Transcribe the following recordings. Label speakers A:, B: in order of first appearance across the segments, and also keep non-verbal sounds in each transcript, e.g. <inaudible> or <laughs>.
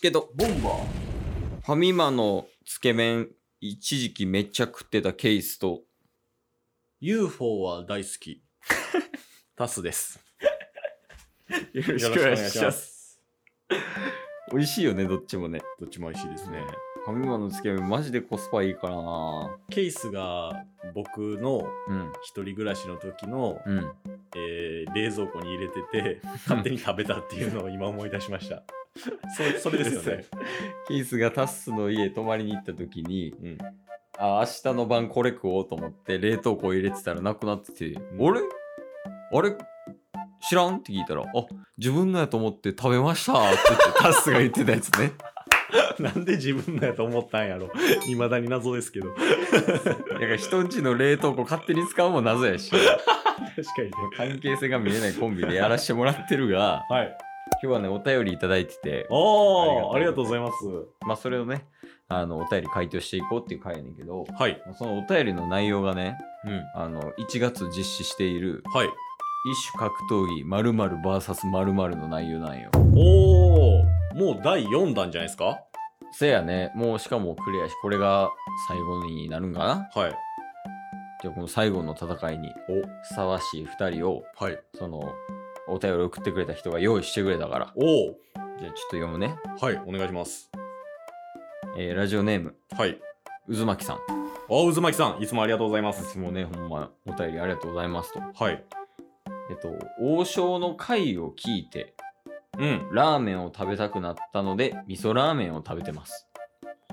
A: けど、
B: ボンバー。
A: ファミマのつけ麺、一時期めっちゃ食ってたケースと、
B: UFO は大好き。タスです。
A: よ
B: よ
A: ろしくお願いします。
B: す。
A: 美味しいよね、どっちもね。
B: どっちも美味しいですね。
A: ファミマのつけ麺、マジでコスパいいからな
B: ケースが僕の
A: うん。
B: 一人暮らしの時の、
A: うん。
B: えー冷蔵庫に入れてて、勝手に食べたっていうのを今思い出しました。そそれですよね。
A: ケースがタッスの家泊まりに行った時に、
B: うん
A: あ明日の晩これ食おうと思って冷凍庫入れてたらなくなってて、
B: ん
A: あれあれ知らんって聞いたら、あ自分のやと思って食べましたって言ってタッスが言ってたやつね。
B: なんで自分のやと思ったんやろ。いまだに謎ですけど。
A: だから人んちの冷凍庫勝手に使うも謎やし、
B: 確かにね。
A: 関係性が見えないコンビでやらしてもらってるが、
B: はい。
A: 今日はね、お便りいただいてて、
B: おー、あ
A: あ
B: り
A: り
B: が
A: がと
B: とうございます。
A: まあそれをね、あの、お便り回答していこうっていう回やねんけど、
B: はい。
A: そのお便りの内容がね、
B: うん。
A: あの、1月実施している、
B: はい。
A: 一種格闘技〇〇 VS○○ の内容なんよ。
B: おー、もう第4弾じゃないですか
A: せやね、もうしかもクリアし、これが最後になるんかな
B: はい。
A: じゃあこの最後の戦いにふさわしい2人を、
B: お、はい。
A: その、お便り送ってくれた人が用意してくれたから。
B: おー、
A: じゃあちょっと読むね。
B: はい、お願いします。
A: えーラジオネーム、
B: はい。
A: 渦巻さん。
B: あ、渦巻さん、いつもありがとうございま
A: い
B: す。
A: つもね、ほんま、お便りありがとうございますと。
B: はい。
A: えっと、王将の回を聞いて、
B: うん。
A: ラーメンを食べたくなったので、味噌ラーメンを食べてます。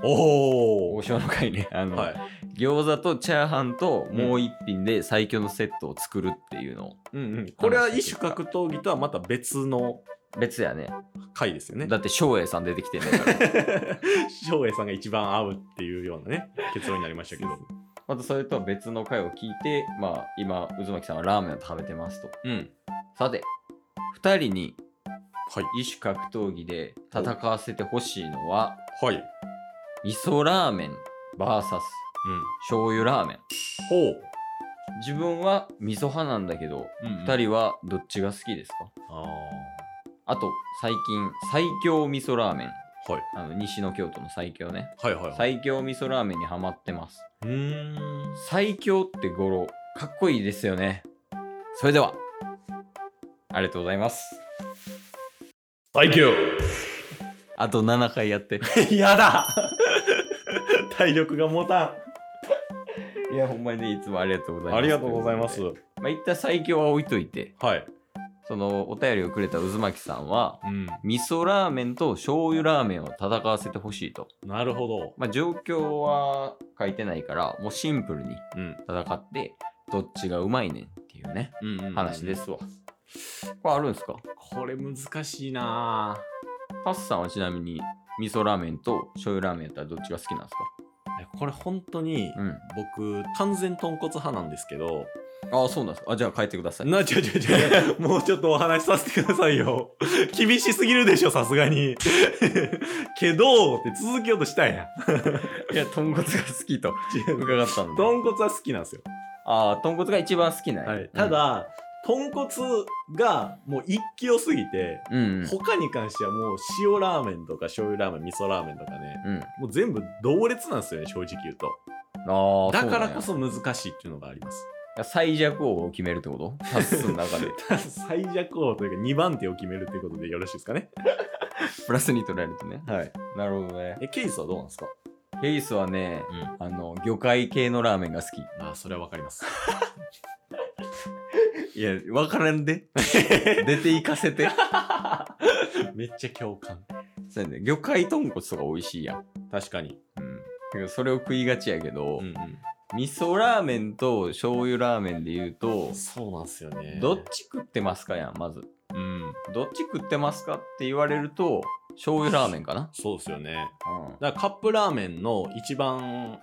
B: お
A: 王
B: ー、
A: 将の回ね、あの、
B: はい。
A: 餃子とチャーハンともう一品で最強のセットを作るっていうのを
B: うんうん。これは一種格闘技とはまた別の
A: 別やね
B: 回ですよね
A: だ。って照英さん出てきてんねんから
B: <laughs> 翔英さんが一番合うっていうようなね、結論になりましたけど。
A: またそれとは別の回を聞いてまあ今渦巻さんはラーメンを食べてますと
B: うん。
A: さて2人に
B: はい。
A: 異種格闘技で戦わせてほしいのは
B: はい。うん。
A: 味噌ラーメン VS 醤油ラーメン
B: ほう。
A: 自分は味噌派なんだけど2人はどっちが好きですか
B: あ
A: あと最近最強味噌ラーメン
B: ーはい。
A: あの西の京都の最強ね
B: はいはいはい。
A: 最強味噌ラーメンにハマってます
B: うーん。
A: 最強って語呂かっこいいですよねそれではありがとうございます
B: 最強
A: あと7回やって
B: <laughs> やだ体力が持た
A: いやほんまにねいつもありがとうござい
B: ん。
A: ます
B: ありがとうございます。
A: とうこ
B: は
A: とでまあ一旦最強は置いといて
B: い。
A: そのお便りをくれた渦巻さんは
B: うん。
A: 味噌ラーメンと醤油ラーメンを戦わせてほしいと
B: なるほど。
A: まあ状況は書いてないからもうシンプルに
B: うん。
A: 戦ってどっちがうまいねんっていうね
B: うん、うん。
A: 話ですわこれあるんですか
B: これ難しいな
A: パスさんはちなみに味噌ラーメンと醤油ラーメンやったらどっちが好きなんですか
B: ぁいやこれ本当に、
A: うん。
B: 僕、完全豚骨派なんですけど、
A: ああ、そうなんですか。あ、じゃあ変えてください。
B: <laughs> な、ちょちょち <laughs> ょ、もうちょっとお話しさせてくださいよ。厳しすぎるでしょ、さすがに。 <laughs> けど、って続けようとしたんや。 <laughs>
A: いや、豚骨が好きと伺ったんで。
B: 豚骨は好きなんですよ。
A: <laughs> ああ、豚骨が一番好きなんや
B: はい。た、だ、豚骨がもう一強すぎて、
A: うん、うん
B: 他に関してはもう塩ラーメンとか醤油ラーメン、味噌ラーメンとかね、
A: うん。うん。
B: もう全部同列なんですよね、正直言うと。
A: ああ、
B: だからこ
A: う
B: そ難しいっていうのがあります。
A: なんや最弱王を決めるってこと <laughs> 多数の中で。
B: 最弱王というか2番手を決めるということでよろしいですかね。
A: プラスに取られるとね。
B: はい。
A: なるほどね。
B: え、ケイスはどうなんですか
A: ヘイスはね、
B: うん。
A: あの、魚介系のラーメンが好
B: ああ、それはわかり <laughs> ます。
A: き。いや、わからんで。 <laughs> 出て行かせ
B: <laughs>
A: て。
B: めっちゃ共感。
A: そうやね。魚介豚骨とか美味しいやん。
B: 確かに。
A: うん。だけどそれを食いがちやけど、
B: うんう
A: 味噌ラーメンと醤油ラーメンで言うと
B: ん。、そうなんですよね
A: どっち食ってますかやん、まず。
B: うん。
A: どっち食ってますかって言われると、醤油ラーメンかな。
B: そうですよね。だからカップラーメンの一番、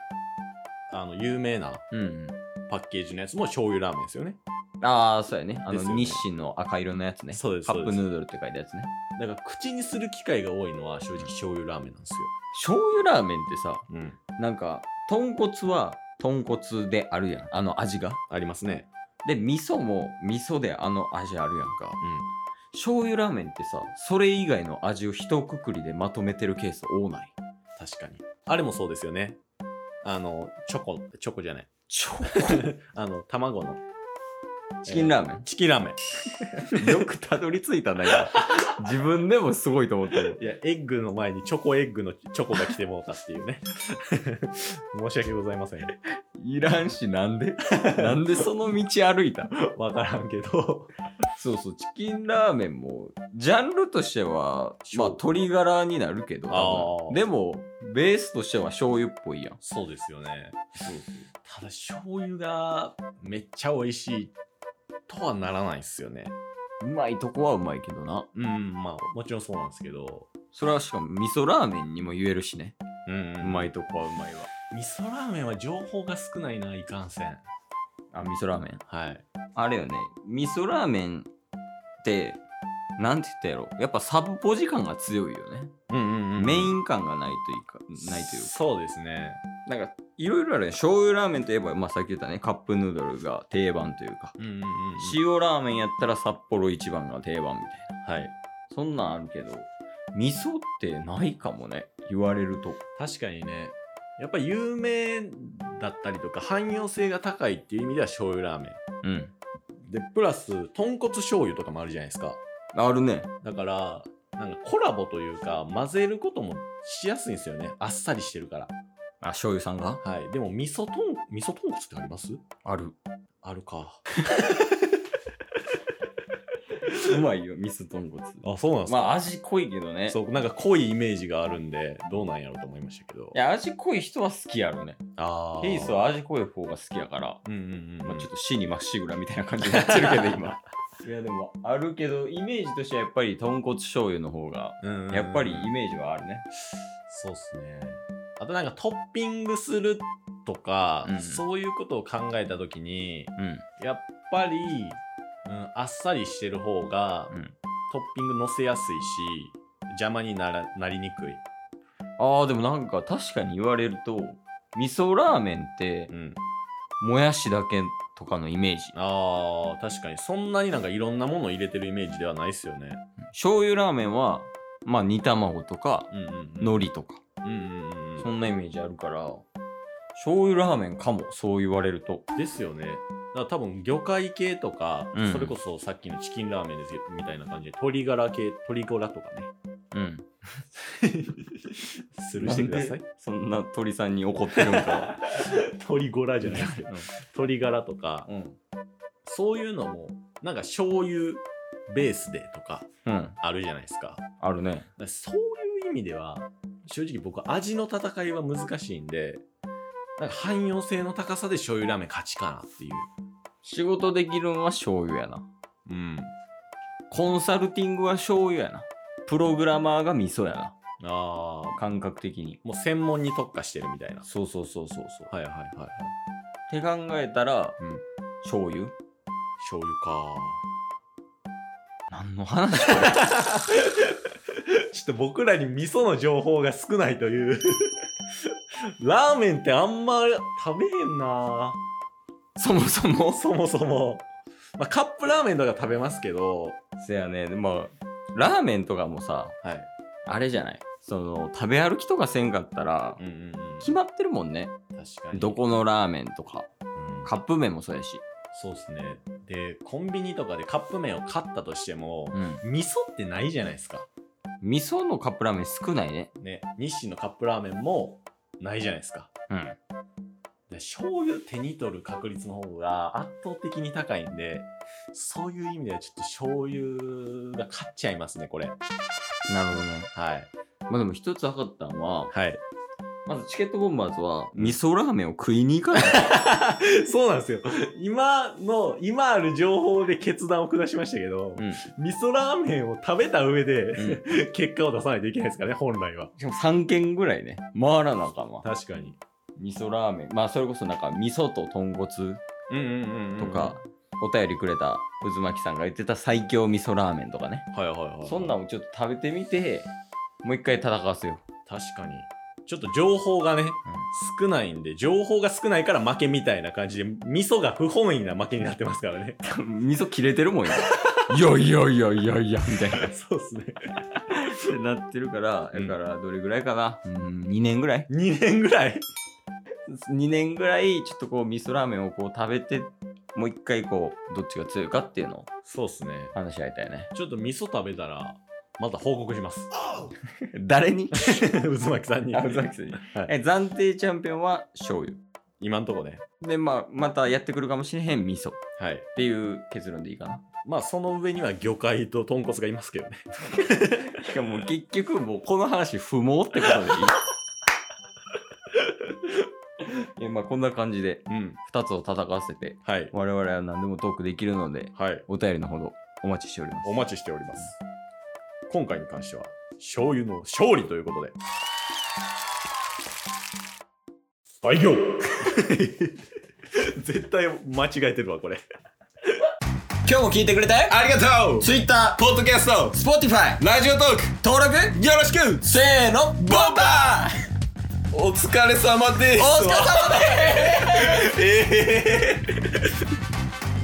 B: あの、有名な
A: うん。うん。
B: パッケージのやつも醤油ラーメンですよね。
A: ああ、そうやね。あ
B: で
A: の、
B: すよね
A: 日清の赤色のやつね。
B: そうです
A: カッ
B: そう
A: プ
B: です
A: ヌードルって書いたやつね。
B: だから口にする機会が多いのは正直醤油ラーメンなんですよ。
A: 醤油ラーメンってさ、
B: うん。
A: なんか、豚骨は豚骨であるやん。あの味が。
B: ありますね。
A: で、味噌も味噌であの味あるやんか。
B: うん。
A: 醤油ラーメンってさそれ以外の味を一括りでまとめてるケース多ない
B: 確かに。あれもそうですよね。あの、チョコ、チョコじゃない。
A: 超
B: あの、卵の。
A: チキンラーメ
B: チキンラーメン。
A: ン、よくたどり着いたんだけ
B: <laughs>
A: ど自分でもすごいと思ってる
B: いや、エッグの前にチョコエッグのチョコが来てもうたっていうね。 <laughs> 申し訳ございません。
A: いらんしなん
B: <laughs>
A: でなんでその道歩いた
B: わからんけど。
A: そうそうチキンラーメンもジャンルとしてはまあ鶏ガラになるけど多
B: あー
A: 分でもベースとしては醤油っぽいやん
B: そうですよね。ただ、醤油がめっちゃ美味しいとはならないですよね。
A: うまいとこはうまいけどな
B: うん、まあ、もちろんそうなんですけど。
A: それはしかも味噌ラーメンにも言えるしね
B: うん、
A: う
B: う
A: ま
B: まい。
A: いとこはうまいわ
B: 味噌ラーメンは情報が少ないな、いかんせん。
A: あ味噌ラーメン
B: はい。
A: あれよね味噌ラーメンってなんて言ったやろやっぱサブポジ感が強いよね、
B: うんうん
A: メイ
B: ン
A: ン感がないというかないというか
B: そうですね。
A: なんかいろいろあるね醤油ラーメンといえば、まあ、さっき言ったねカップヌードルが定番というか
B: うんうんうんうん。
A: 塩ラーメンやったら札幌一番が定番みたいな
B: はい。
A: そんなんあるけど味噌ってないかもね言われると
B: 確かにねやっぱ有名だったりとか汎用性が高いっていう意味では醤油ラーメ
A: うん
B: ンでプラス豚骨醤油とかもあるじゃないですか
A: あるね
B: だからなんかコラボというか混ぜることもしやすいんですよねあっさりしてるから
A: あ醤油さんが
B: はいでも味噌豚味噌豚骨ってあります
A: ある
B: あるか
A: うまいよ味噌豚骨
B: あそうなんです
A: ま
B: か、
A: あ味濃いけどね
B: そうなんか濃いイメージがあるんでどうなんやろうと思いましたけど
A: いや味濃い人は好きやろね
B: あー
A: ケイスは味濃い方が好きやから、
B: うんうんうん、
A: まあ、ちょっと死にまっしぐらみたいな感じになってるけど今
B: <laughs>
A: いやでもあるけどイメージとしてはやっぱり豚骨醤油の方が
B: うんうんうん
A: やっぱりイメージはあるね
B: そうっすね。あとなんかトッピングするとか、
A: うん
B: そういうことを考えたときに、
A: うん
B: やっぱり、うん、あっさりしてる方が、
A: うん
B: トッピング乗せやすいし、邪魔にならなりにくい。
A: あーでもなんか確かに言われると味噌ラーメンって
B: うん。
A: もやしだけとかのイメージ
B: あー、確かに。そんなになんかいろんなものを入れてるイメージではないっすよね。
A: 醤油ラーメンはまあ煮卵とか
B: うんうん、うん。
A: 海苔とか
B: うんうんうん
A: そんなイメージあるから醤油ラーメンかもそう言われると
B: ですよね。だから多分魚介系とか、
A: うん
B: それこそさっきのチキンラーメンですよみたいな感じで鶏ガラ系鶏ゴラとかね
A: うん
B: スルーしてください。
A: そんな鳥さんに怒ってるんか
B: 鳥ゴラじゃないですけど、 <laughs> 鳥柄とか、
A: うん
B: そういうのも、なんか醤油ベースでとか
A: うん
B: あるじゃないですか。だか
A: あるね
B: らそういう意味では、正直僕は味の戦いは難しいんで、なんか汎用性の高さで醤油ラーメン勝ちかなっていう。
A: 仕事できるんは醤油やな
B: うん。
A: コンサルティングは醤油やなプログラマーが味噌やな
B: ああ。
A: 感覚的に
B: もう専門に特化してるみたいな。
A: そうそうそうそうそう
B: はいはいはいはい。
A: って考えたら、
B: うん
A: 醤油
B: 醤油か。
A: 何の話
B: ちょっと僕らに味噌の情報が少ないという <laughs> ラーメンってあんま食べへんな
A: そもそも
B: そもそも、まあ、カップラーメンとか食べますけど
A: せやねまあラーメンとかもさ
B: はい
A: あれじゃないその食べ歩きとかせんかったら、
B: うんうんうん
A: 決まってるもんね
B: 確かに
A: どこのラーメンとか
B: うん
A: カップ麺もそうやし
B: そうですねでコンビニとかでカップ麺を買ったとしても
A: うん
B: 味噌ってないじゃないですか
A: 味噌のカップラーメン少ないね
B: ね日清のカップラーメンもないじゃないですか
A: うん
B: で醤油手に取る確率の方が圧倒的に高いんでそういう意味ではちょっと醤油が勝っちゃいますねこれ
A: なるほどね
B: はい
A: まあでも一つ分かったのは
B: はい
A: まずチケットボンバーズは味噌ラーメンを食いに行かない
B: <laughs> そうなんですよ今の今ある情報で決断を下しましたけど、
A: うん
B: 味噌ラーメンを食べた上で、
A: ん
B: 結果を出さないといけないですからね本来は
A: しかも3軒ぐらいね回らなあかんわ
B: 確かに
A: 味噌ラーメンまあそれこそなんか味噌と豚骨
B: うんう
A: と
B: ん
A: か、お便りくれた渦巻さんが言ってた最強味噌ラーメンとかね
B: はいはいはいはい
A: そんなんをちょっと食べてみてもう一回戦わせよ
B: 確かにちょっと情報がね、少ないんで情報が少ないから負けみたいな感じで味噌が不本意な負けになってますからね
A: <laughs> う味噌切れてるもんやいやいやいやいやいやみたいなっ
B: <laughs> そうですね。
A: て <laughs> なってるから
B: うん
A: だからどれぐらいかな、うん、2年ぐらい
B: 2年ぐらい。
A: 2年ぐらいちょっとこう味噌ラーメンをこう食べてもう一回こうどっちが強いかっていうのを
B: そうですね。
A: 話し合いたいね
B: ちょっと味噌食べたら、また報告します。
A: <laughs> 誰に <laughs>
B: <laughs> 渦巻さんに。
A: あ渦巻さんに
B: はい
A: え暫定チャンピオンは醤油
B: 今んとこね。
A: でまあまたやってくるかもしれへん味噌っ
B: はい。
A: ていう結論でいいかな
B: まあ、その上には魚介と豚骨がいますけどね。
A: しかも結局もうこの話不毛 <laughs> ってことでいいいやまあこんな感じで
B: うん。
A: 2つを戦わせて
B: はい。
A: 我々は何でもトークできるので
B: はい。
A: お便りのほどお待ちしております
B: お待ちしております。今回に関しては、醤油の勝利ということで。愛業 <laughs> 絶対間違えてるわ、これ。
A: 今日も聞いてくれて
B: ありがとう
A: Twitter、
B: ポッドキャスト
A: Spotify
B: ラジオトーク
A: 登録
B: よろしく
A: せーのボンバー
B: お疲れ様です
A: お疲れ様です
B: えー